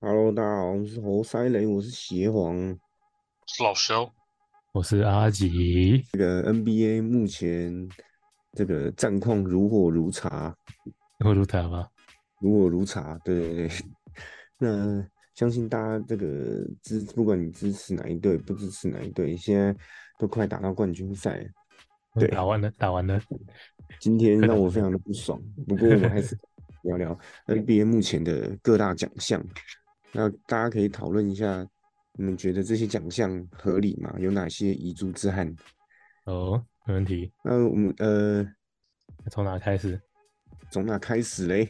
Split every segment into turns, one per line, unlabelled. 大家好，我是侯塞雷，我是邪皇。
是老哦肖，
我是阿吉，
这个 NBA 目前这个战况如火如茶，
会录台吗？
如火如茶，对对对。那相信大家这个支，不管你支持哪一队，不支持哪一队，现在都快打到冠军赛了。对
打完了，打完了。
今天让我非常的不爽，不过我们还是聊聊 NBA 目前的各大奖项。那大家可以讨论一下，你们觉得这些奖项合理吗？有哪些遗珠之憾？
哦，没问题。
那我们呃，
从哪开始？
从哪开始嘞？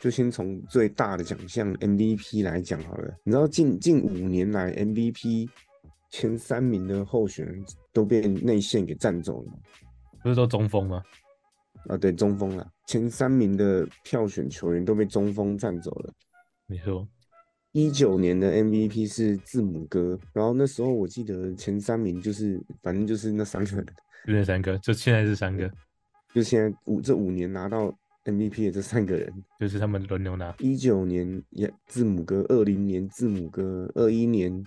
就先从最大的奖项 MVP 来讲好了。你知道近近五年来 MVP 前三名的候选人都被内线给占走了吗
不是说中锋吗？
啊，对，中锋啦，前三名的票选球员都被中锋占走了。
没错，
一九年的 MVP 是字母哥，然后那时候我记得前三名就是反正就是那三个人，
就那三个，就现在是三个，
就现在五这五年拿到 MVP 的这三个人，
就是他们轮流拿。
一九年也字母哥，二零年字母哥，二一年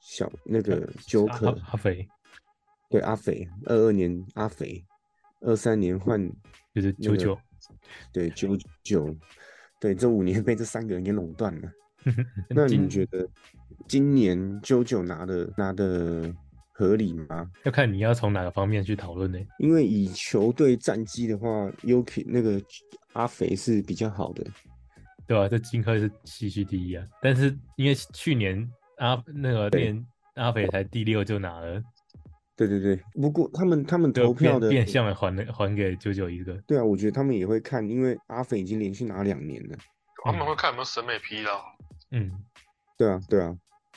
小那 个 Joker，、
阿阿阿肥
对阿肥，二二年阿肥，二三年换
就是
那
九
个
九，
对九九，对这五年被这三个人给垄断了。那你
今
觉得今年 JoJo 拿的拿的合理吗？
要看你要从哪个方面去讨论呢？
因为以球队战绩的话，Yuki 那个阿肥是比较好的，
对吧、这金科是西区第一啊，但是因为去年阿那个练阿肥才第六就拿了，
对对对。不过他们他们
就
投票
变
的，
变相的还了还给九九一个。
对啊，我觉得他们也会看，因为阿肥已经连续拿两年了。
他们会看有没有审美疲劳，
嗯，
对啊，对啊，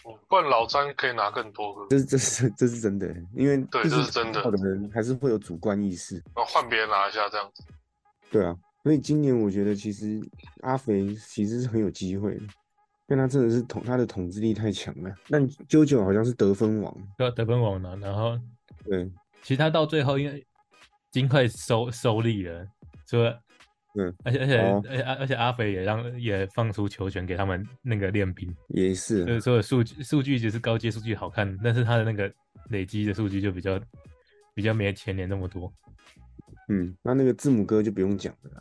嗯不然老詹可以拿更多个，
这是这是这是真的，欸因为
对
毕
这
竟
是真的
投票的人还是会有主观意识。
然后换别人拿一下这样子。
对啊，所以今年我觉得其实阿肥其实是很有机会的，因为他真的是统他的统治力太强了。但啾啾好像是得分王，
对啊，得分王拿，然后
对
其实他到最后因为金块收收力了，所以
嗯，
而且而且、
哦
而且而且阿肥也让也放出球权给他们那个练兵，
也是
所以
啊，
所有数据数据就是高阶数据好看，但是他的那个累积的数据就比较比较没前年那么多。
嗯，那那个字母哥就不用讲了啦，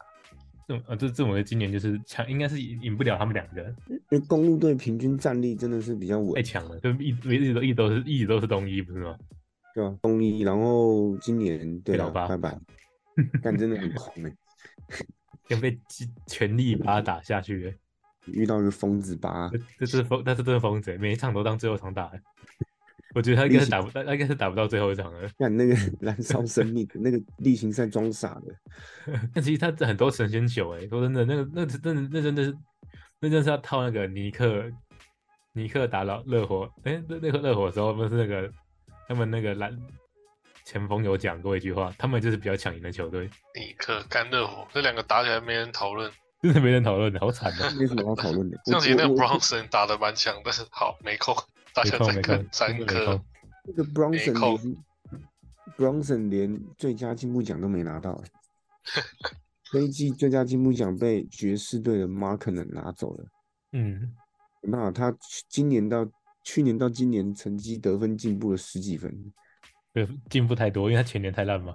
这呃这这我觉得今年就是强，应该是赢赢不了他们两个
因为公路队平均战力真的是比较
太
稳，
强了，就一一直都一直都是一直都是东一不是吗？
对吧？东一，然后今年对
被老
了，
八
拜 拜，但真的很狂哎、
就被击全力把他打下去了，
遇到一个疯子吧
这，这是疯，但是这是疯子，每一场都当最后场打了。我觉得他应该是打不，他他应该是打不到最后一场了。
看那个 燃烧生命的那个例行赛装傻的，
但其实他这很多神仙球哎、说真的，那个那真的那真的是那真的是要套那个尼克尼克打老热火，哎、那那个热火的时候不是那个他们那个篮前锋有讲过一句话，他们就是比较抢赢的球队，
尼克、干热火这两个打起来没人讨论，
真的没人讨论的，好惨哦 的、
没什么好讨论的。我
像其实
嗯
那个
我我
Bronson 打的蛮强，但是好没空，大
没
家
空
在
没
看
空，
三
真的没
颗
空。，
那个
扣
Bronson 连 Bronson 连最佳进步奖都没拿到 欸，这一季最佳进步奖被爵士队的 m a r k 拿走了。
嗯，
那他去今年到去年到今年成绩得分进步了十几分，
对，进步太多，因为他前年太烂嘛。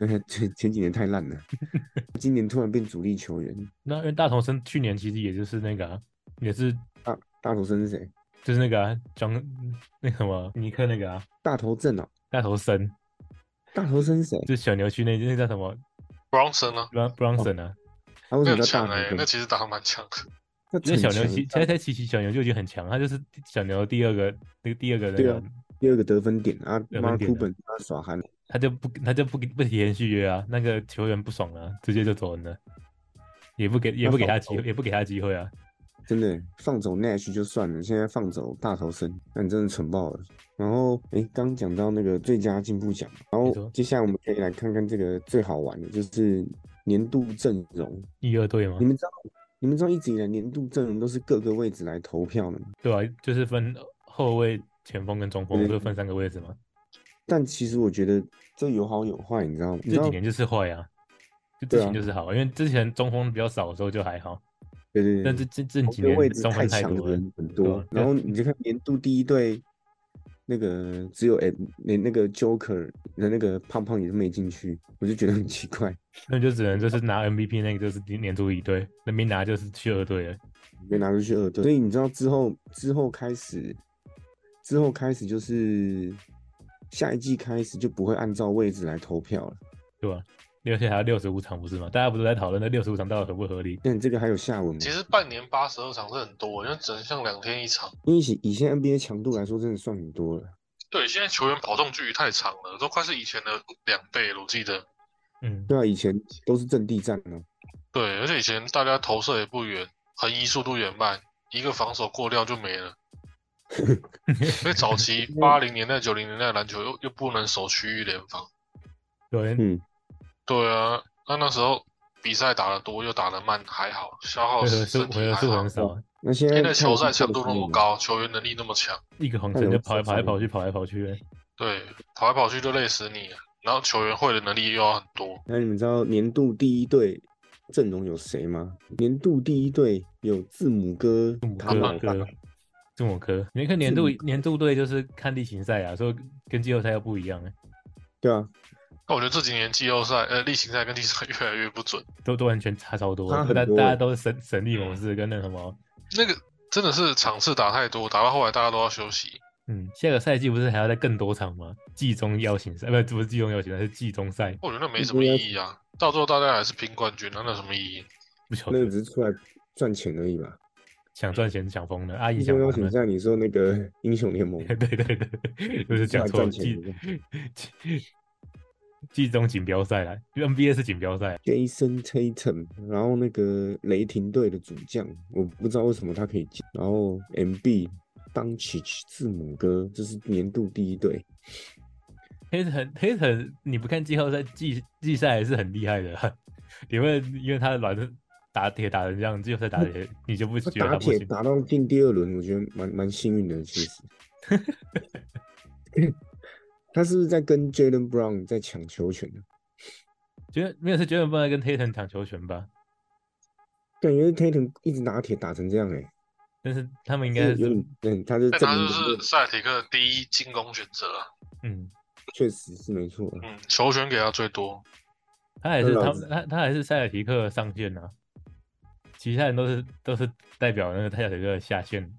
那他前前几年太烂了，今年突然变主力球员。
那因为大同生去年其实也就是那个啊、也是
大大头生是谁？
就是那个啊，装 那个什么尼克那个啊，
大头阵哦，
大头生，
大头生是谁？
就是小牛区那那叫什么
Bronson 呢，
哦
Bron- Bronson 啊，
他为什
那
么
很
叫
强
大
哎，
头
那
阵？
其实打得蛮强的。
嗯
那
那小牛
很强
其
大
才才其实小牛就已经很强，他就是小牛第二个那个第二个那
对
个，
啊第二个得分点啊
得分
，Mark
点
Cuban 他耍憨，
他就不他就不不提前续约啊，那个球员不爽啊，直接就走人了，也不给也
那
不给他
放
机
手
会，也不给他机会啊，
真的放走 Nash 就算了，现在放走大头生，那你真的蠢爆了。然后，诶，刚讲到那个最佳进步奖，然
没
后
错
接下来我们可以来看看这个最好玩的，就是年度阵容。
一二队嘛
你，们知道，你们知道一直以来年度阵容都是各个位置来投票的吗？
对吧、就是分后卫、前锋跟中锋，
对
不是分三个位置嘛，
但其实我觉得这有好有坏，你知道吗？你知
这几
道
年就是坏啊，就
对啊
之前就是好啊，因为之前中锋比较少的时候就还好，
对对对，
但这这这
红
几
队
年
位置
中
太
锋太
强
多
的
了
人很
对
多
啊，
然后你就看年度第一队，那个只有哎连那个 Joker 的那个胖胖也都没进去，我就觉得很奇怪，
那就只能就是拿 MVP 那个就是年度一队，那没拿就是去二队了。
没拿出去二队。所以你知道之后之后开始，之后开始就是下一季开始就不会按照位置来投票了。
而且还要六十五场不是吗？大家不是在讨论那六十五场到底合不合理？
那你这个还有下文吗？
其实半年八十二场是很多，因为只能像两天一场。
因为以以现在 NBA 强度来说，真的算很多了。
对，现在球员跑动距离太长了，都快是以前的两倍了。我记得，
嗯，
对啊，以前都是阵地战哦。
对，而且以前大家投射也不远，横移速度也慢，一个防守过掉就没了。所以早期八零年代、九零年代的篮球又又不能守区域联防。
对，
嗯，
对啊，那那时候比赛打得多又打得慢，还好消耗
回合数
身体
回合
还
数
好
很。少，
那现在
现在球赛
看
强度那么
了，
高，球员能力那么强，
一个红
那
绳
有
就跑来
受
跑来
伤
跑去，跑来跑去的。
对，跑来跑去就累死你了。然后球员会的能力又要很多，
那你们知道年度第一队阵容有谁吗？年度第一队有字母哥
字母、
唐老
哥啊
大，
哥，字母哥，你看年
字
度
母
年度队就是看例行赛啊，所以跟季后赛又不一样欸，
对啊，
那我觉得这几年季后赛、呃，例行赛跟季后赛越来越不准。
都都完全差超多
差
的，
很
大
多
大家
欸
都是神神力模式跟那个什么，
那个真的是场次打太多，打到后来大家都要休息。
嗯，下个赛季不是还要再更多场吗？季中邀请赛，呃不不是季中邀请赛，是季中赛，
我觉得那没什么意义啊，到最后大家还是拼冠军，啊那有什么意义？
不晓
那
得
个只是出来赚钱而已吧。
想赚钱想疯了，阿姨
英
想
雄邀
疯
请
了。，
赛，你说那个 英雄联盟
对对对， 就是
出来
讲错
赚
了，
钱
季
的
季季中锦标赛啦，NBA 是锦标赛，
Jason Tatum，然后那个雷霆队的主将，我不知道为什么他可以进，然后 MB 当起字母哥，这是年度第一队。
黑很黑很，你不看季后赛季季赛还是很厉害的啊、因为因为他软的打铁打成这样，季后赛打铁你就不
他
觉得
打
他不
铁
行？
打到进第二轮，我觉得蛮蛮幸运的，其 实。 他是不是在跟 Jalen Brown 在抢球权呢？
觉得没有是绝对不能跟黑藤抢球权吧？
感觉 Tatum 一直拿铁打成这样哎、欸，
但是他们应该
有
是
点嗯，他就
但
证
他
明
就
了
是塞尔提克第一进攻选择啊，
嗯，
确实是没错啊。
嗯，球权给他最多，
他还是
跟
他
老子
他他还是塞尔提克上线啊，其他人都是都是代表那个塞尔提克的下线。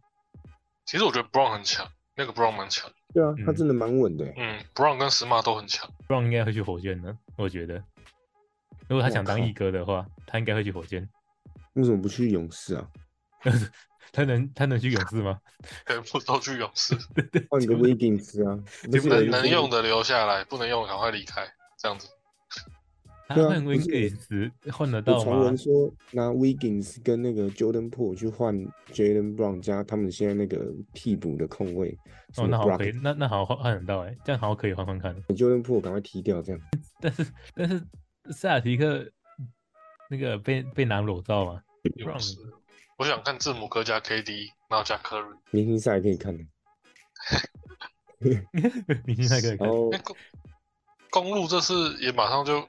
其实我觉得 Brown 很强，那个 Brown 蛮强，
对啊，他
嗯
真的蛮稳的、欸。
嗯，Brown 跟 Smart 都很强。
不然应该会去火箭呢，我觉得。如果他
我
想当
靠
一哥的话，他应该会去火箭。
为什么不去勇士啊？
他能他能去勇士吗？
全部都去勇 士，
换 个 Wiggins 啊，不是有
能
一
能
些
用的留下来，不能用的赶快离开，这样子。
他
对啊
换
不
威
是
给斯换得
有
到
传
吗
闻？说拿 Wiggins 跟那个 Jordan Po 去换 Jalen Brown 加他们现在那个替补的控卫，什
哦，
么
那好像可以
Brock，，
那那好像换换得到哎、这样好像可以换换看。
，Jordan Po 赶快踢掉这样。
但是塞尔提克那个被被拿裸照 嘛，
勇士，我想看字母哥加 KD，然后加 Curry。
明星赛可以看的。
明星赛可以看
然。后
哦那哎公公路这次也马上就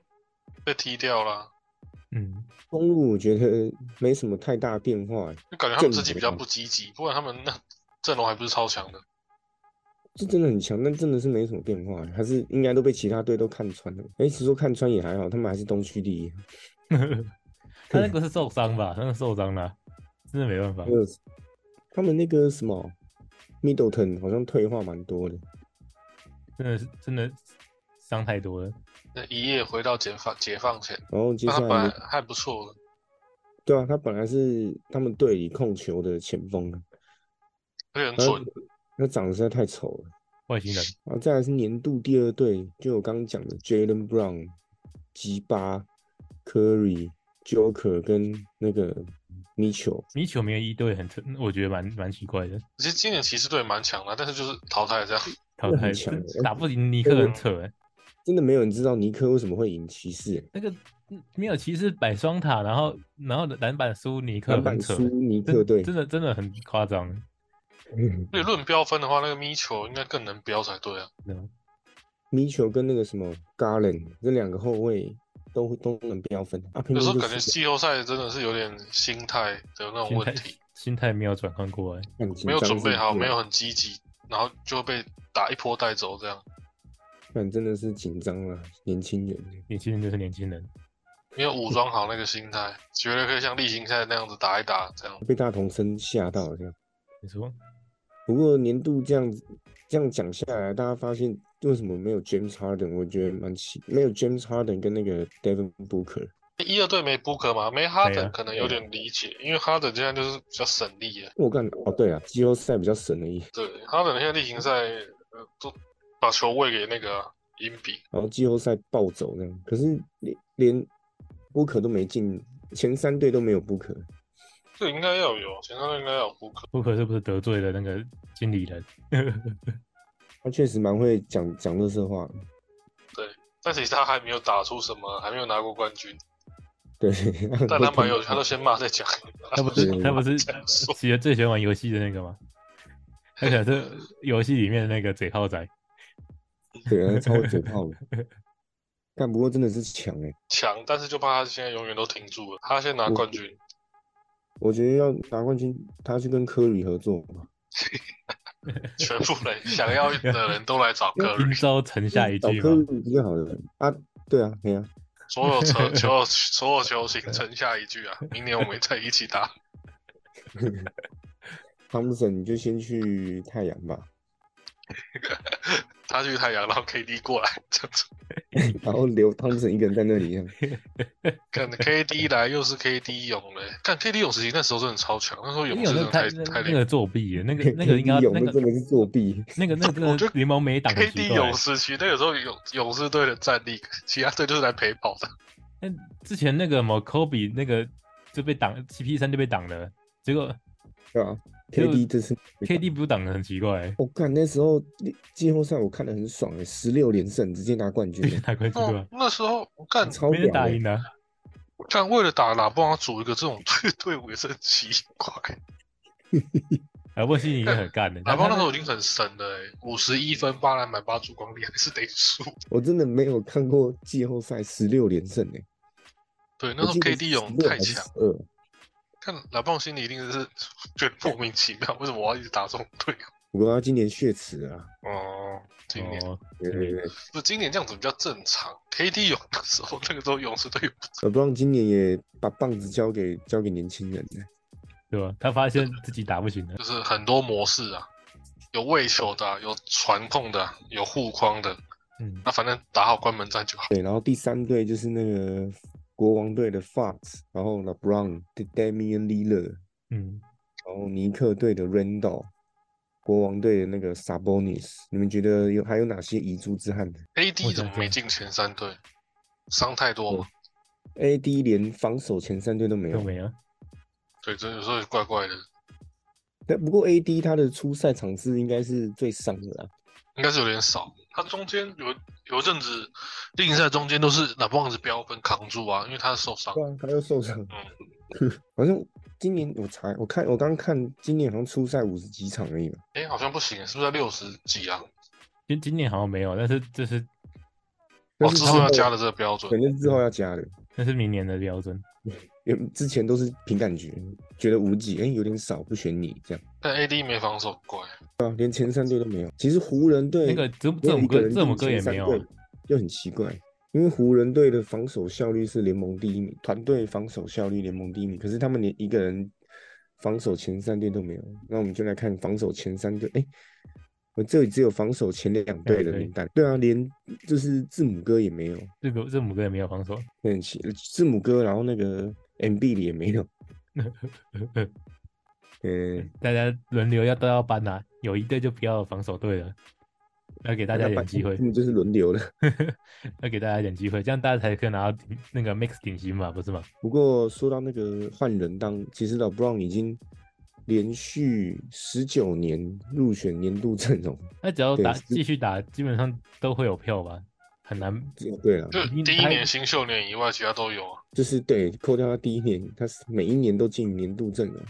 被踢掉了，啊
嗯，
公路我觉得没什么太大变化欸，
就感觉他们自己比较不积极，不然他们那阵容还不是超强的。
这真的很强，但真的是没什么变化欸，还是应该都被其他队都看穿了。哎，其实说看穿也还好，他们还是东区第
哦
一，
他那个是受伤吧？他那个受伤了、真的没办法
还。有他们那个什么 Middleton 好像退化蛮多的。
真的是真的伤太多了。
那一夜回到解放解放前，
然后接
那
下
啊他
来
本
呢
来还不错的，
对啊，他本来是他们队里控球的前锋啊，
而且很
呃
准。
他长得实在太丑了。
外星人
然后再来是年度第二队，就我刚刚讲的 Jalen Brown、吉巴、Curry、Joker 跟那个 Mitchell。
米球没有一队很特，我觉得蛮蛮奇怪的。
其实今年骑士队蛮强的，但是就是淘汰这样。
淘
很
汰
强
真
欸
打不赢尼克
对
很扯哎、
真的没有人知道尼克为什么会赢骑士欸，
那个嗯没有骑士摆双塔，然后然后篮板输尼克
篮
很
板
扯欸，
输尼克
真
队，
真的真的很夸张，
所以论标分的话，那个米球应该更能标才对啊。
真的
Mitchell 跟那个什么 Garland 这两个后卫都会都能飙分。啊，
有
平
时
均
候
就
感觉
是
季后赛真的是有点心态的那种
心
问
态
题，
心态没有转换过欸来，
很紧
没有
张
准备好，
是
没有很积极，然后就被打一波带走这样。
但真的是紧张了，年轻人。
年轻人就是年轻人，
没有武装好那个心态，绝对可以像例行赛那样子打一打，这样
被大同生吓到了这样。
你说
不过年度这样子这样讲下来，大家发现为什么没有 James Harden？我觉得蛮奇，没有 James Harden 跟那个 Devin Booker，
一二队没 Booker 嘛，没
没啊
Harden 可能有点理解，因为 Harden 现在就是比较省力啊。
我干哦对啊，季后赛比较神而已。
对，Harden 现在例行赛呃都把球喂给那个啊英比，
然后季后赛暴走这样，可是连连 Booker 都没进，前三队都没有 Booker。
这应该要有，前三队应该要有 Booker。
布克是不是得罪了那个经理人？
他确实蛮会讲讲乐色话的，
但其实他还没有打出什么，还没有拿过冠军，
对，
但他蛮有趣，他都先骂再讲。
他不是
对
他不是
这样说
喜欢最喜欢玩游戏的那个吗？他可能是游戏里面的那个嘴炮仔，
对，啊他超会嘴炮 的。但不过真的是强哎、
强，但是就怕他现在永远都停住了。他先拿冠军，
我觉得要拿冠军，他去跟科里合作嘛，
全部人想要的人都来找 科
今
瑞，
朝臣下一
找
句
科
嘛，
里比较好的啊，对啊，对啊，
所有球球所有球星称下一句啊，明年我们再一起打。
汤普森你就先去太阳吧，
他去太阳，然后 KD 过来，这样子。
然后留汤普森一个人在那里这啊样，
看 KD 来又是 KD 勇嘞，看 KD 勇时期那时候真的超强，那时候
因
勇
为
士
有
真
那
的
个
太太
太那
厉害。
个作弊耶，那个 那个应该
有
那
那真
个
的是作弊，
那个那个
我
真
觉
的
得
联盟没挡很
KD
奇怪
勇。士期那个时候勇勇士队的战力，其他队就是来陪跑的。
那之前那个某 Kobe 那个就被挡，CP 三就被挡了，结果
对啊
就
？KD 这次
KD 不挡的很奇怪，
我看那时候季后赛我看的很爽哎，十六连胜直接拿冠军
对，
欸，
哪怪奇
哦
怪，，
那时候我干
超
没人
屌
打
欸
赢啊的，
干为了打喇叭组一个这种队 队伍也是很奇怪。
啊，波西尼也很干的，
喇
他
叭
他
那时候已经很神了、欸，五十一分八篮板八助攻力还是得输。
我真的没有看过季后赛十六连胜哎，
对，那
我
时候
记得
KD 勇
16
太
还是
强，
12
看喇叭心里一定是 觉得莫名其妙，为什么我要一直打这种队伍？
不过他今年血池啊，
哦，今年、
哦，
对对对，
不，今年这样子比较正常。KD 勇的时候，那个时候勇士队
小布朗今年也把棒子交给交给年轻人了，
对吧？他发现自己打不行了，
就是很多模式啊，有喂球的啊、有传控的啊、有护框的，
嗯，
那反正打好关门战就好。
对，然后第三队就是那个国王队的 Fox，然后 LeBron、Damian Lillard，
嗯，
然后尼克队的 Randall，国王队的那个 Sabonis，你们觉得有还有哪些遗珠之憾呢
AD
我
怎
想
么没
想
进前三队？伤太多吗？
？AD 连防守前三队都没
都
有，
没有，
对，这有时候也怪怪的。
但不过 AD 他的初赛场次应该是最伤的啦，
应该是有点少。他中间有有一阵子，例行赛中间都是哪棒子飙分扛住啊，因为他受伤
不。然他又受伤。 好像今年我查，我看我刚看今年好像初赛五十几场而已吧。
哎、好像不行，是不是在六十几啊？
今今年好像没有，但是这是
哦，
但是
之
他
后要
们
加了这个标准
肯，定之后要加的，
那是明年的标准，
因为之前都是凭感觉，觉得无几，哎、有点少，不选你这样
但 AD 没防守怪。
啊，连前三队都没有。其实湖人队
那个这
没
这
有一
种
个
歌
人
这种
进
歌也
前三
没
队
有，啊
就很奇怪，因为湖人队的防守效率是联盟第一名，团队防守效率联盟第一名，可是他们连一个人防守前三队都没有。那我们就来看防守前三队，哎、我这里只有防守前两队的
哎对
名单，对啊，连就是字母哥也没有，
这个字母哥也没有防守，
很奇，字母哥，然后那个 M B 里也没有，嗯，
大家轮流要都要搬啊，有一队就不要防守队了，要给大家一点机会
他，们就是轮流了。
要给大家一点机会，这样大家才可以拿到顶那个 Max 顶薪嘛，不是吗？
不过说到那个换人当，其实老 Brown 已经连续十九年入选年度阵容。
那只要打
对是
继续打，基本上都会有票吧，很难。
对了，
就
嗯
第一
他
年新秀年以外，其他都有啊。
就是对，扣掉他第一年，他是每一年都进年度阵容，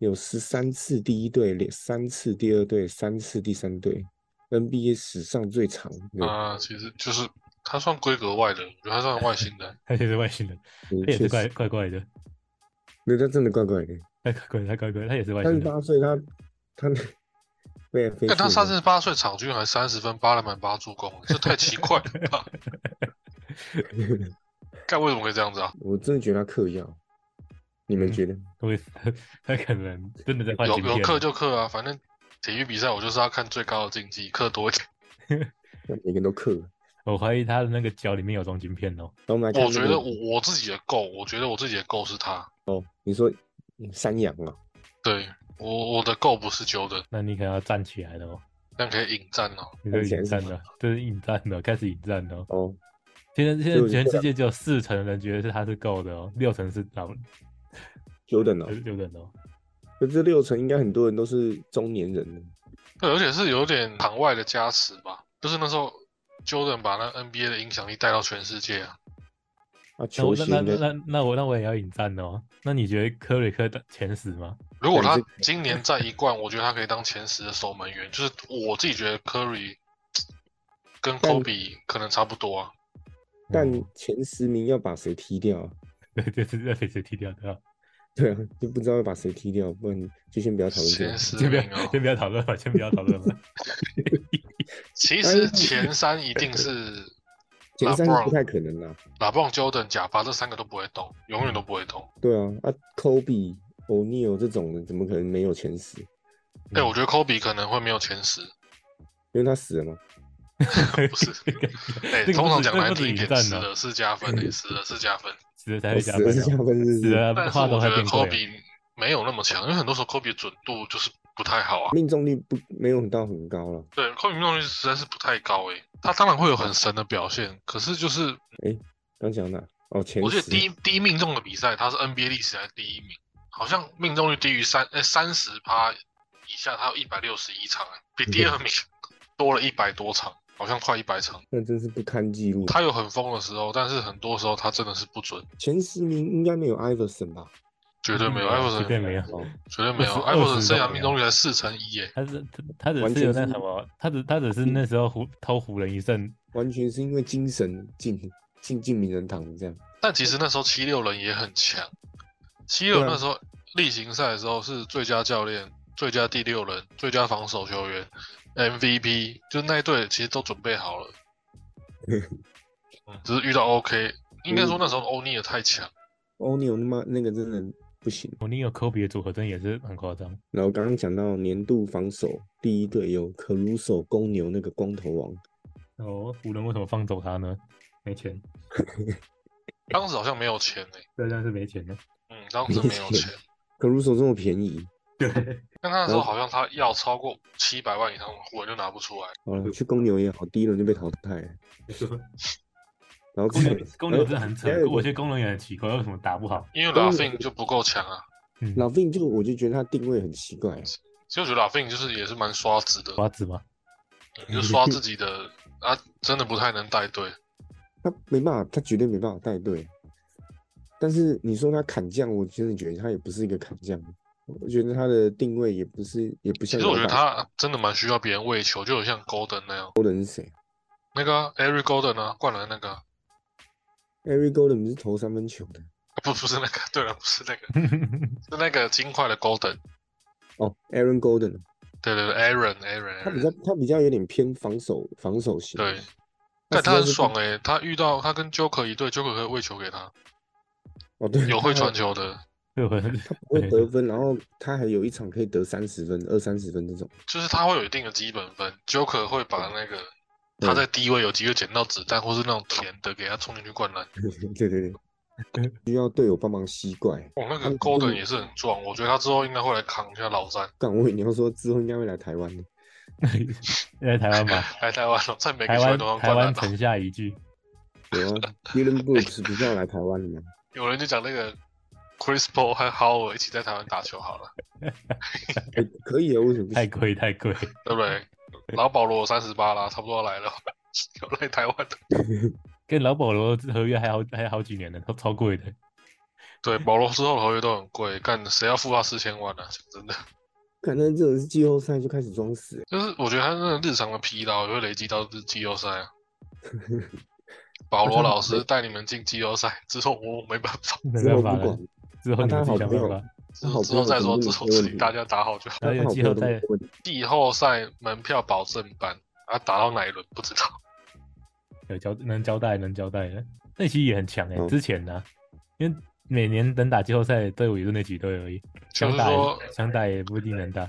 有十三次第一队，连三次第二队，三次第三队，NBA 史上最长。对
啊、其实就是他算规格外的，我觉得他算外星人。
他也是外星人，
嗯
他也
确
是怪
实
怪怪的，
那他真的怪怪的。
他怪怪的，他怪怪的，他也是外
三
星
十
人。
八岁，他他 那飞来飞去
但他
的，
三十八岁场均还三十分，八篮板八助攻，这太奇怪了吧？ 干为什么可以这样子啊？
我真的觉得他嗑药。你们
嗯
觉得？
我也是他可能真的在换
有
芯片哦
有
了，
课就课啊，反正体育比赛我就是要看最高的竞技，课多一点。
那每个人都嗑了。
我怀疑他的那个脚里面有装晶片哦。
然后我们来看
我
那
觉
个
得我我自己的 goal，我觉得我自己的 goal 是他。
你说山羊啊，
对我我的 goal 不是 Jordan，
那你可能要站起来了哦，
但可以引战哦。
你这是引
站起来
战
是
了，这是引战了，开始引战了哦。
哦，
现在现
就
在
是
全
这
世界只有四成的人觉得是他是够的哦，六成是老
久等了
嗯
有。有人哦，
可这六成应该很多人都是中年人了，
对，而且是有点场外的加持吧，就是那时候 Jordan 把那 NBA 的影响力带到全世界啊。
啊，
那
球
我
鞋
那
应该
那那那我那我也要引战哦。那你觉得科瑞克的前十吗？
如果
对
他
这
今年再一冠，我觉得他可以当前十的守门员。 就是我自己觉得 Curry 跟
但
Kobe 可能差不多啊。
但
哦
前十名要把谁踢掉啊？
对，就是要谁谁踢掉哦对吧？
对啊，就不知道要把谁踢掉，不然就先不要讨论这个
前。十
先不要
名哦，
先不要讨论吧，先不要讨论吧。
其
哎
实前三一定是
前三是
LeBron
不太可能啦。
拉布朗、Jordan、贾巴这三个都不会动，永远都不会动。
对啊，啊，Kobe、O'Neal 这种人怎么可能没有前十？
嗯
哎、我觉得 Kobe 可能会没有前十，
因为他死了嘛。
不 是哎、
这个
通常
不
讲
止这个
难听
不
一
止引
点，
战
死
啊
了是加分、 欸，死了是加分。
死了才
我
会
死
加
了
分
是加分是
哦
不
死
是？
了
但是
话
我
都
觉
会
得
变贵了。
Kobe 没有那么强，因为很多时候 Kobe 的准度就是不太好啊。
命中率不没有到很高了。
对，Kobe 命中率实在是不太高诶、他当然会有很神的表现，可是就是
刚讲哪？哦，前
我记得
十。
第一第一命中的比赛，他是 NBA 历史来第一名，好像命中率低于三呃三十趴以下，他有一百六十一场、欸比第
嗯
二名多了一百多场，好像快一百场。
那真是不堪记录。
他有很疯的时候，但是很多时候他真的是不准，
前十名应该没有 Iverson 吧？
绝对没有。
嗯
艾弗
绝对
森
没有，
哦，
绝对没有，
20
艾弗森
20
生涯
都没
命
有
中率才四成一欸耶，
他是他他只
完
是有
全
那
是
什么，他只他只是那时候湖偷湖人一阵，
完全是因为精神进进进名人堂这样。
但其实那时候七六人也很强，七六
对啊
那时候例行赛的时候是最佳教练、最佳第六人、最佳防守球员、MVP，就那一队其实都准备 好了，嗯只是遇到 OK，应该说那时候欧尼尔太强，
欧尼尔他妈那个真的不行。
我宁有科比的组合真的也是很夸张。
然后刚刚讲到年度防守第一队有 Caruso 公牛那个光头王，
哦，湖人为什么放走他呢？没钱，
当时好像没有钱诶、
对，但是没钱呢。
嗯，当时没有
没钱
钱。
，Caruso 这么便宜，
对，
但他那时
然后
候好像他要超过七百万以上，湖人就拿不出来。
好哦了，去公牛也好，第一轮就被淘汰了。然后
公牛公牛真的很扯
还有一，个
我觉得公牛也很奇怪，为什么打不好？
因为
当
拉
然
菲就不够强啊，
嗯，
老病就我就觉得他定位很奇怪，
其实我觉得拉菲就是也是蛮刷子 的，
瓜子吗？
你就刷自己的啊，真的不太能带队。
他没办法，他绝对没办法带队。但是你说他砍将，我真的觉得他也不是一个砍将，我觉得他的定位也不是，也不
其
像
实我觉得
老大
他真的蛮需要别人喂球，就有像 Golden 那样。
Golden 是谁
那个啊 Eric Golden 啊，灌篮那个啊，
？Every Golden 是投三分球的
不不是那个， 对了，不是那个，是那个金块的 Golden。
哦，Aaron Golden，
对对对，Aaron Aaron，,
他比较他比较有点偏防守防守型，
嗯对，
他实
但他
在是
很
不
爽啊诶、他遇到他跟 Joker 一对，Joker 可以喂球给他，
哦，对，
有
他
会
还
传球的，
对，我
他不会得分，然后他还有一场可以得三十分、二三十分这种。
就是他会有一定的基本分，Joker 会把那个
嗯
他在低位有机会捡到子弹，或是那种甜的给他冲进去灌篮。
对对对，需要队友帮忙吸怪。
哦，那
他
个
们
Golden
就
也是很壮，我觉得他之后应该会来扛一下老三，
干我以为你要说之后应该会来台湾的，
在台湾
哎
吧，
来台湾了，在每个
台
球队
湾
都要
台
灌篮
湾
哦。
城下 一句，
有啊，Dylan Brooks 不是要来台湾了吗？
有人就讲那个 Chris Paul 和 Howard 一起在台湾打球好了，
哎、可以啊，为什么不
太
行？
贵太贵，
对不对？老保罗三十八啦，差不多要来了， 有来台湾的。
跟老保罗合约还好还好几年呢，超超贵的。
对，保罗之后的合约都很贵，干谁要付他四千万呢、啊？讲真的，
可能这种是季后赛就开始装死、
就是我觉得他那个日常的疲劳也会累积到日季后赛啊。保罗老师带你们进季后赛之后，我没办 法，
没
之后
办
不
法了
管，，
之后你
那
们
他
自己
好
想
朋友
办法。
之
好
哦之后再说，之后自己大
家
家打好就好。
然后有季后赛，
季后赛门票保证办，啊，打到哪一轮不知道。
有交能交代能交代的，那其实也很强哎、
嗯
之前呢、因为每年能打季后赛的队伍也就那几队而已，
就
想
是
打也
说，
想打也不一定能打。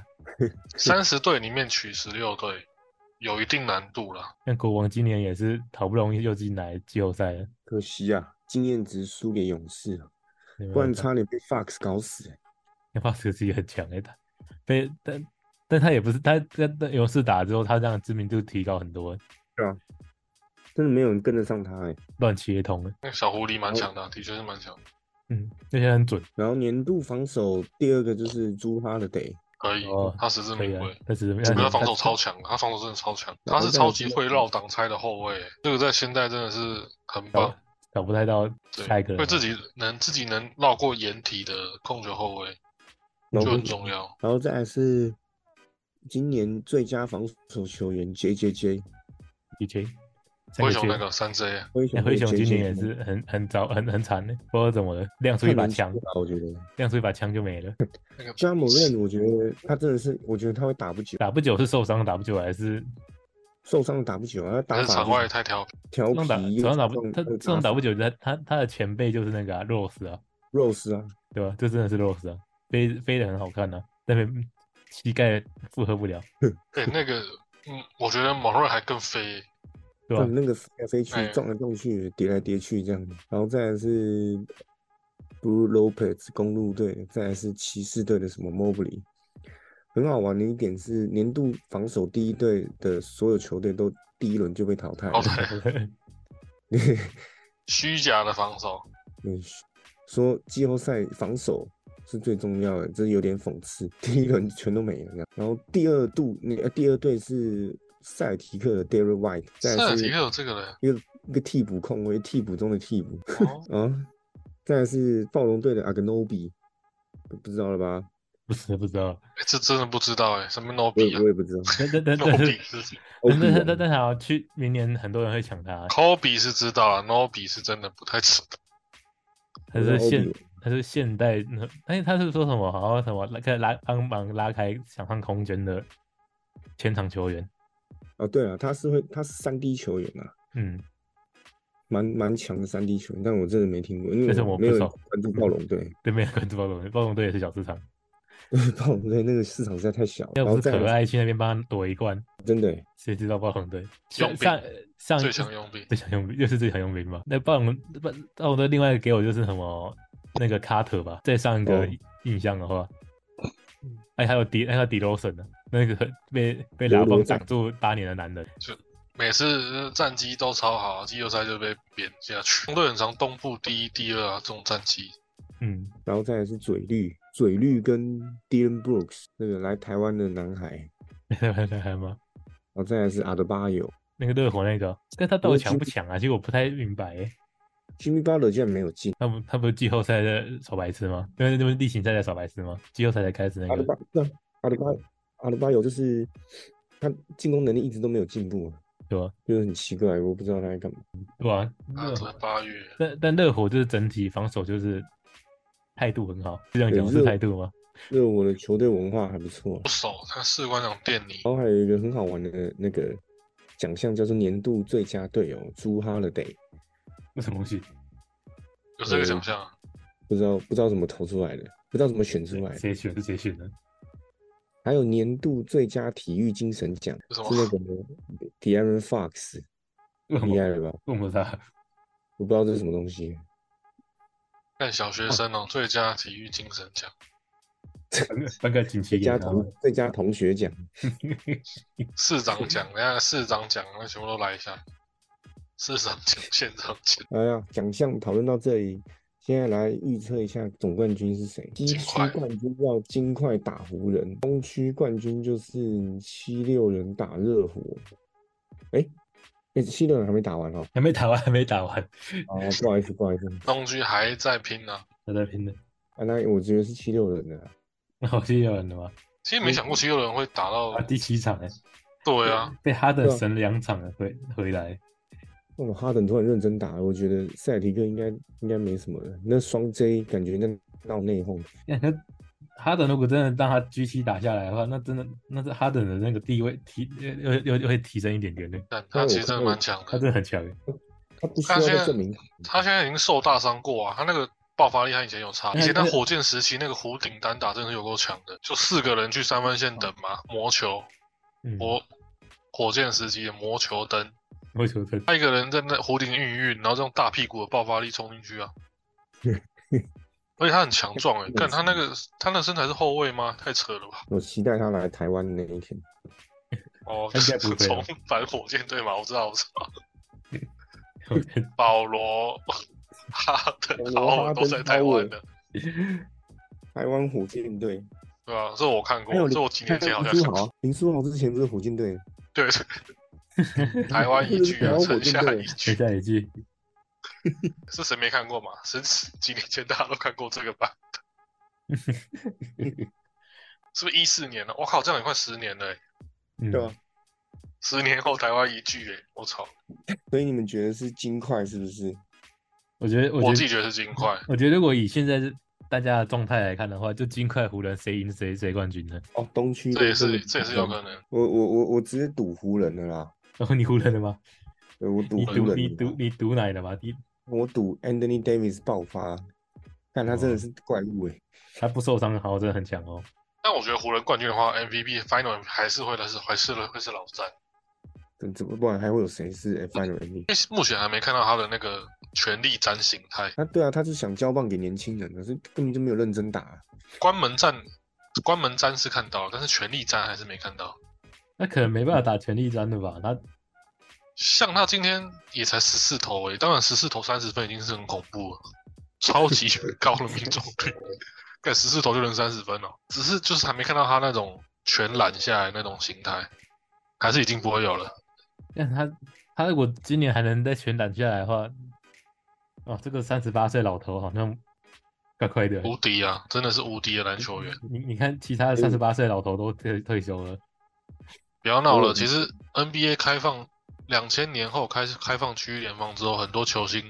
三十队里面取十六队，有一定难度啦。
像国王今年也是好不容易又进来季后赛了，
可惜啊，经验值输给勇士啊，
没办
不然
法
差点被 Fox 搞死、欸。
那帕斯克自己很强哎、他被但但他也不是他他他勇士打之后，他这样知名度提高很多、
真的没有人跟得上他哎、
乱切通了，
那小狐狸
哦
蛮强的啊，的确是蛮强，
嗯，那些很准，
然后年度防守第二个就是朱哈的得，
可以
哦，
他实至
可以
名
啊
归。，
他只是
整
他
个防守
他
超强啊的，他防守真的超强，
然
他
后
是
再
超
来
级
就是
会绕挡拆的后卫，欸这个在现在真的是很棒
找。找不太到
对
下一个，人
会
了，
自己能自己能绕过掩体的控球后卫
然
就
后
很重要。
然后再来是今年最佳防守球员 J J J，
以前三
灰
个
熊那
球
个三 J，啊
灰
那
熊
哎灰熊今
JJJ
年也是很很糟很很惨的，不知道怎么了，亮出
太
一把
难
枪
抢，了，我觉得。
亮出一把枪就没了。
那个
加姆任，我觉得他真的是，我觉得他会打不久，
打不久是受伤，打不久还是
受伤打不久啊，他打
还是
法
场
就
外
是
太调皮，
调
这样打，
皮
这
又
样打
加
不
上
他
又
这样打
打
不久，他他他的前辈就是那个、啊、Rose 啊，
Rose 啊，
对吧？就真的是 Rose 啊，飞飞得很好看啊，但是膝盖负荷不了，
对哎那个，嗯，我觉得蒙瑞还更飞，
对吧
就？那个飞来飞去
哎、
撞来撞去、叠来叠去这样子。然后再来是 Blue Lopez 公路队，再来是骑士队的什么 Mobley。很好玩的一点是，年度防守第一队的所有球队都第一轮就被淘汰了
哦。对，虚假的防守，
嗯，说季后赛防守是最重要的，这有点讽刺。第一轮全都没了这样，然后第二度那个第二队是塞尔提克的 Derek White，再
塞
来
尔
是
提克有这个人，
一个一个替补控卫，替补中的替补
哦
啊，再来是暴龙队的 Agnobi，不不知道了吧？
不是不知道，
欸这真的不知道哎，什么 no
我
b
也
啊
我也不 知道。
但 但但
，no
但
b
是
是
但但
Obi
但但还好，去明年很多人会抢他，
Kobe 是知道了，no b 是真的不太知道，
他
我知道
是现
Obi
他是现代，哎，他是说什么？好像什么拉开拉帮忙拉开想象空间的前场球员，
啊，对啊，他是会他是三 D 球员啊，
嗯，
蛮蛮强的三 D 球员，但我真的没听过，因
但
为
是我
没
不
有
熟
关注暴龙队。
对面关注暴龙，暴龙队也是小市场，
暴龙队那个市场实在太小了，
要
然后
不是
再
可
来
爱去那边帮他躲一罐，
真的欸
谁知道暴龙队
佣
上
兵
上上
最强佣兵
最强佣兵又是最强佣兵吧？那暴龙暴暴龙队另外一个给我就是什么那个卡特吧，再上一个
哦
印象的话，哎还有迪还有迪罗森呢，那个被被
罗
拉
罗
帮
赞
挡住八年的男人，
每次战绩都超好，啊季后赛就被贬下去。相对很常东部第一、第二啊，这种战绩
嗯，
然后再来是嘴绿，嘴绿跟 Dylan Brooks 那个来台湾的男孩，然
还还还吗？
后再来是阿德巴友
那个热火那个，但他到
我
底
觉
强不
得
强啊？其实我不太明白耶，
，Jimmy Butler 竟然没有进，
他不他不是季后赛在耍白痴吗？因为那不是例行赛在耍白痴吗？季后赛才开始那
阿德
个，
巴对啊，阿德巴阿德巴友就是他进攻能力一直都没有进步啊，
对吧？
就是很奇怪，我不知道他在干嘛。
对吧？
啊
热，火
这八月
但但热火就是整体防守就是态度很好，是这样
对
讲是
热
态度吗？
热火的球队文化还不错，啊
不守，他士官长垫你，
然后还有一个很好玩的那个奖项叫做年度最佳队友朱哈勒德，
什么东西？
有这个奖项啊，
不知道不知道怎么投出来的，不知道怎么选出来的。
谁选是谁选的？
还有年度最佳体育精神奖
是
是
什么
那个 De'Aaron Fox，
为什
厉
么？
害了吧？
问不他？
我不知道这是什么东西，
看小学生哦，最佳体育精神奖，
翻个锦旗
最
给
佳
他。
同最佳同学奖，
市长奖，等下市长奖，那全部都来一下，市长奖、县长奖，
哎呀，奖项讨论到这里，现在来预测一下总冠军是谁。西
金
区
块
冠军要金块打湖人，东区冠军就是七六人打热火。哎、哎、七六人还没打完哦。
还没打完，还没打完，
啊，不好意思，不好意思，
东区还在拼呢、
还在拼呢。
啊，那我觉得是七六人啊的啦，
那我是有人的吗？
其实没想过七六人会打到
啊，，第七场哎，
对啊，
被哈登
对啊
神两场了，回回来，
那么哦哈登突然认真打了，我觉得塞尔提克应该应该没什么了。那双 J 感觉在闹内讧，
哎那哈登如果真的让他 G 七打下来的话，那真的那是哈登的那个地位提又又又会提升一点点的，
但他其实真的蛮强的。
他真的很强。
他不需要再证明。
他现在已经受大伤过啊，他那个爆发力和以前有差。
那
以前他
那
火箭时期那个弧顶单打真的是有够强的，就四个人去三分线等嘛，魔球，
嗯，
哦
我火箭时期的魔球灯，
我球真
他一个人在那弧顶运一运，然后这种大屁股的爆发力冲进 去啊。而且他很强壮哎、欸，但他那个他那身材是后卫吗？太扯了吧！
我期待他来台湾的那一天。
哦，
他应该不会啊
重 返火箭队嘛？我知道，我知道，
我真
保罗、哈登、
保罗
豪尔都在
哈登
台
豪
湾
尔
的，
台湾火箭队，
对吧、这我看过
还有，
这
林
我几年前好像
林书豪，林书豪之前不是火箭队，
对，台 湾一句啊，城下一
等
句，
下一句，
是谁没看过嘛？十十几年前大家都看过这个版的， 是不是一四年了？我靠，这样也快十年了欸、
嗯，
对啊
十年后台湾一句、欸，我操！
所以你们觉得是金块是不是？
我觉得我觉得
我自己觉得是金块，
我觉得如果以现在是大家的状态来看的话，就金块湖人谁赢谁谁冠军呢？
哦，东区
这也
真
是
的
这也是有可能。
我我我我直接赌湖人的啦，
然哦后你湖人的吗？
对我赌
你
湖人
赌
的
你赌你赌哪里的吗？你
我赌 Anthony Davis 爆发，但他真的是怪物哎、
他不受伤的话，真的很强哦。
但我觉得湖人冠军的话，MVP Final 还是会来是还是会是老詹，
怎怎么不然还会有谁是 Final MVP？
因为目前还没看到他的那个全力战形态，
他对啊，他是想交棒给年轻人，可是根本就没有认真打、
关门战关门战是看到了，但是全力战还是没看到。
那可能没办法打全力战的吧？他
像他今天也才十四投诶、当然十四投三十分已经是很恐怖了，超级高的命中率，干十四投就能三十分了、哦只是就是还没看到他那种全揽下来那种形态，还是已经不会有了。
但他他如果今年还能再全打下来的话，哦，这个三十八岁老头好像怪怪的。
无敌啊，真的是无敌的篮球员！
你你看，其他
哎
的
我
三十八岁老头都退退休了，
不要闹
我
了，其实 NBA 开放两千年后开始开放区域联防之后，很多球星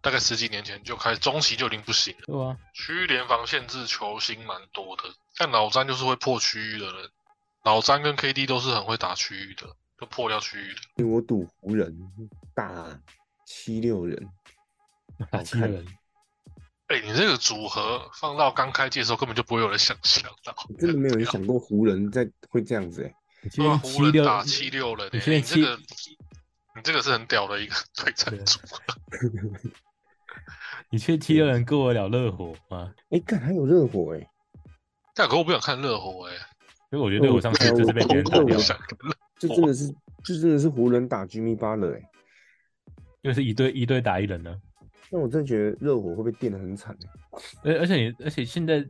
大概十几年前就开中期就已经不行了。
对啊，
区域联防限制球星蛮多的，但老詹就是会破区域的人。老詹跟 KD 都是很会打区域的，就破掉区域的。
我赌湖人打七六人，
打七个人，
哎、你这个组合放到刚开机的时候，根本就不会有人想象到。
真的没有人
啊
想过湖人在会这样子哎、
你确
对啊，
定
湖
七
人
六
打七六人、欸，
你确
你
定
这
七
个你这个是很屌的一个 对战
对
组合。
你确定七六人过得了热火吗？
哎、干还有热火哎、
但可我不想看热火、欸，哎，
因为我觉得热火上去
哎我
就是被别人打
我
不
掉了，
想看热
这真的是这真的是湖人打 Jimmy Butler 哎、
又是一对一对打一人呢。
那我真的觉得热火会被电得很惨哎、
而而且你而且现在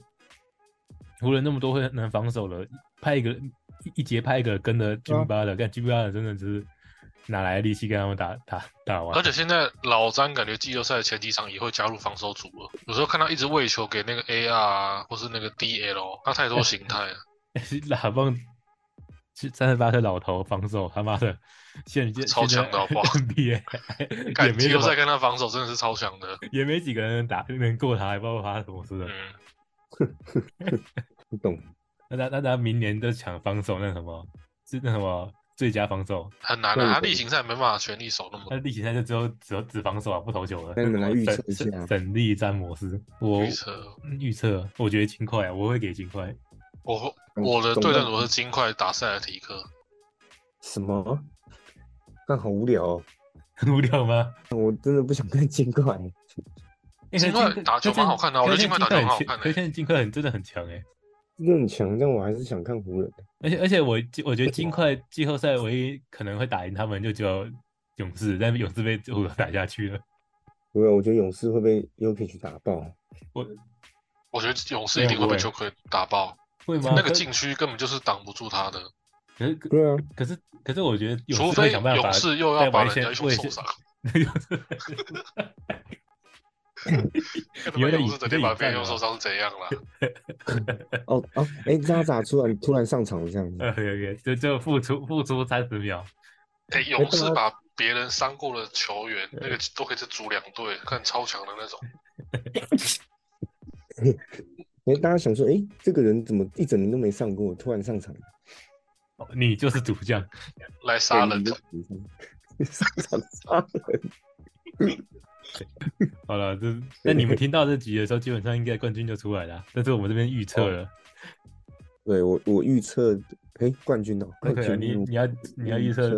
湖人那么多会能防守了，派一个一一节派一个跟着
对啊
Jimmy Butler，但 Jimmy Butler 真的只是哪来的力气跟他们打打打完
而？且现在老詹感觉季后赛的前几场也会加入防守组了，有时候看他一直喂球给那个 AR 啊，或是那个 DL，他太多形态了。
打棒三十八岁老头防守他妈的，现在
超强的好不好
？NBA 也
感
没
季
有
后赛跟他防守真的是超强的。
也没几个人能打能过他，也不知道他什么事的。
嗯，
不懂
那他那他明年就抢防守那什么，是那什么最佳防守？
很难
那你
啊，他例行赛没办法全力守那么
他
多。
例行赛就只有只有只防守啊，不投球了。
那你们来预测一下
省省力詹姆斯，我嗯
预测，
预测，我觉得金块啊，我会给金块。
我
嗯
我的
懂
对
的
战组合是金块打塞尔提克，
什么？但好无聊、哦，
很无聊吗？
我真的不想看金块、
欸
金块打球蛮好看的啊我觉得金块打球蛮好看的
可是现在金块很真的很强哎、
真的很强，但我还是想看湖人。
而且而且我我觉得金块季后赛唯一可能会打赢他们就只有勇士，但是勇士被我打下去了。
没有，我觉得勇士会被 u k 去打爆。啊
我
我觉得勇士一定会
啊
被球可打爆，
会吗？
那个
可
禁区根本就是挡不住他的，
可是可
对啊，
可是可是我觉得勇
除
士会
非
想办法
勇士又要把人
在
家
外
用
线
受伤。看他
有
们
点
勇士整天
有点
把别人用
战啊
受伤是怎样 啦？
哦哦，哎、渣渣突
嗯
呃
然突然上场这样子，
OK OK，就就付出付出三十秒，
哎，勇士把别人伤过的球员，那个都可以是组两队，看超强的那种。
哎，大家想说，哎、这个人怎么一整年都没上过，突然上场，
哦你就是主将，
来杀人的，
对，你就 上场杀人，
好了，这那你们听到这集的时候，基本上应该冠军就出来了啊，但是我们这边预测了，
对我我预测，哎、冠军哦，
那
冠
可以啊，
军，
你你要你要预测，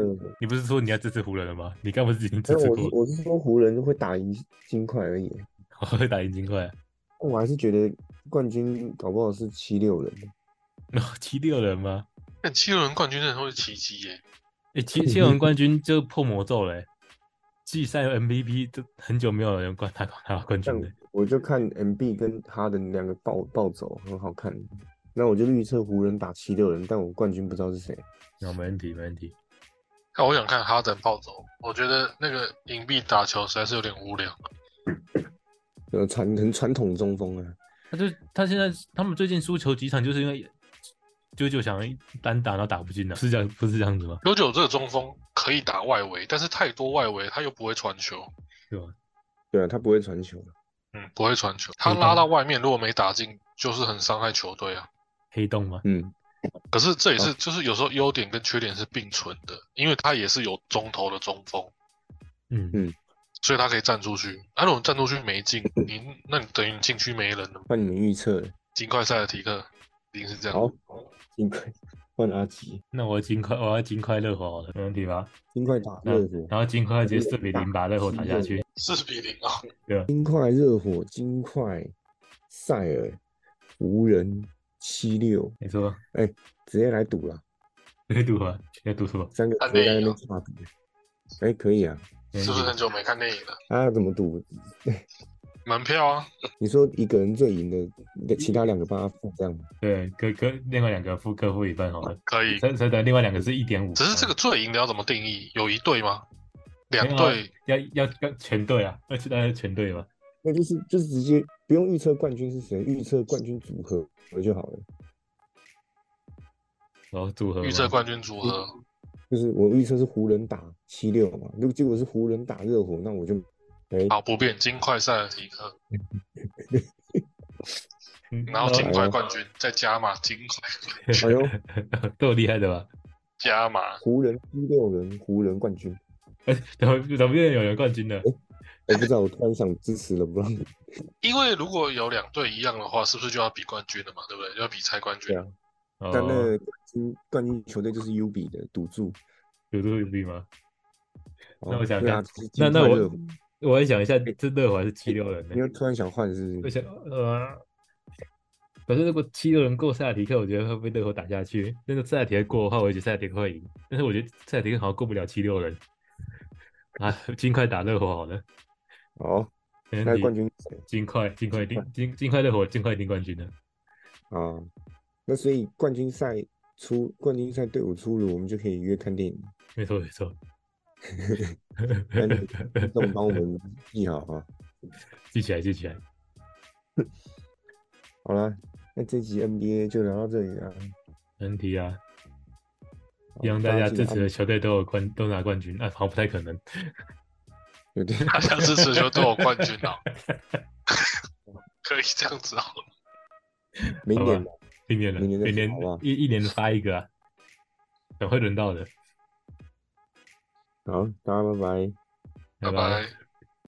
你不是说你要支持湖人了吗？你刚不是已经支
但
持
嗯我是
湖
我是说湖人会打赢金块而已，
我会打赢金块，
我还是觉得冠军搞不好是七六人，
哦七六人吗？
但七六人冠军真的会奇迹耶！
哎、七七六人冠军就破魔咒嘞、季赛 MVP 都很久没有人冠他拿到冠
这
军
样
了。
我就看 MB 跟哈登两个暴暴走，很好看。那我就预测湖人打七六人，但我冠军不知道是谁。
那、没问题，没问题。
看我想看哈登暴走，我觉得那个隐蔽打球实在是有点无聊。
呃，传很传统中锋啊，
他就他现在他们最近输球几场，就是因为九九想要单打，然后打不进了，是这样不是这样子吗？
九九这个中锋可以打外围，但是太多外围他又不会传球，
对吧？
对啊，他不会传球。
嗯，不会传球，他
嗯
拉到外面如果没打进，就是很伤害球队啊。
黑洞吗？
嗯，
可是这也是就是有时候优点跟缺点是并存的，因为他也是有中投的中锋，
嗯
嗯
所以他可以站出去。啊，如果你站出去没进，你那你等于你禁区没人了嘛。
换你们预测了。
金块赛的提克一定是这样。
好，金块换阿吉，
那我尽快我要尽快热火好了，没问题吧？
金块打
然
热
后
火，
然后尽快直接四比零把热火打下去。
四比零啊！
金块热火，金块塞尔，湖人七六，
没错，
直接来赌了，
你会赌吗？你 要赌什么？
三个
看
直接
内
在那
容
边差赌。哎、可以啊，
没
是
问
不
题
是很久没看电影了？
啊，怎么赌？
门票啊，
你说一个人最赢的，其他两个帮他付这样吗？
对，各各另外两个付各付一半好了。
可以。
所以所以等另外两个是一点五，啊
只是这个最赢的要怎么定义？有一队吗？两
没有啊
队？
要要要全对啊，要去大家全对嘛。
那就是就是直接不用预测冠军是谁，预测冠军组合就好了。
然后组合嘛
预测冠军组合，
就是我预测是湖人打七六嘛，如果结果是湖人打热火，那我就哎、
好不变，金块赛的提克，
嗯
然后金块冠军，再加码金
哎
块冠军，
呦，
这么厉害的吧？
加码
湖人七六人，湖人冠军。
怎么怎么又有人冠军了？
哎我不知道，我突然想支持了，不让
因为如果有两队一样的话，是不是就要比冠军了嘛？对不对？要比猜冠军
对啊。
哦
但那个冠军冠军球队就是 U 比的赌注。
有这个有力吗？
哦
那我想
对啊
看，
其实
那
金
那
块
我
热火
我也想一下，这热火还是七六人呢
你？又突然想换是不
我
是？
想呃，可是如果七六人过塞尔提克，我觉得会被热火打下去。那个塞尔提克过的话，我也觉得塞尔提克会赢，但是我觉得塞尔提克好像过不了七六人。啊，尽快打热火好了，
哦，
没
那
问
冠
题。
军是谁
尽快，尽快一定，尽尽快热火，尽快一定冠军的。
啊？那所以冠军赛出冠军赛队伍出炉，我们就可以约看电影。
没错，没 错。
那你这种帮我们记好啊。
记起来，记起来。
好了，那这集 NBA 就聊到这里了。
没问题啊，
好
希望大家
记
支
得
持的球队都有冠，都拿冠军。啊，好像不太可能。
有点
大家支持就都有冠军了，可以这样子哦。
明
好吧
年吧
今年的，
明年再
明年
说好不好
一一年发一个啊，等会轮到的。
好，大家拜拜。
拜拜。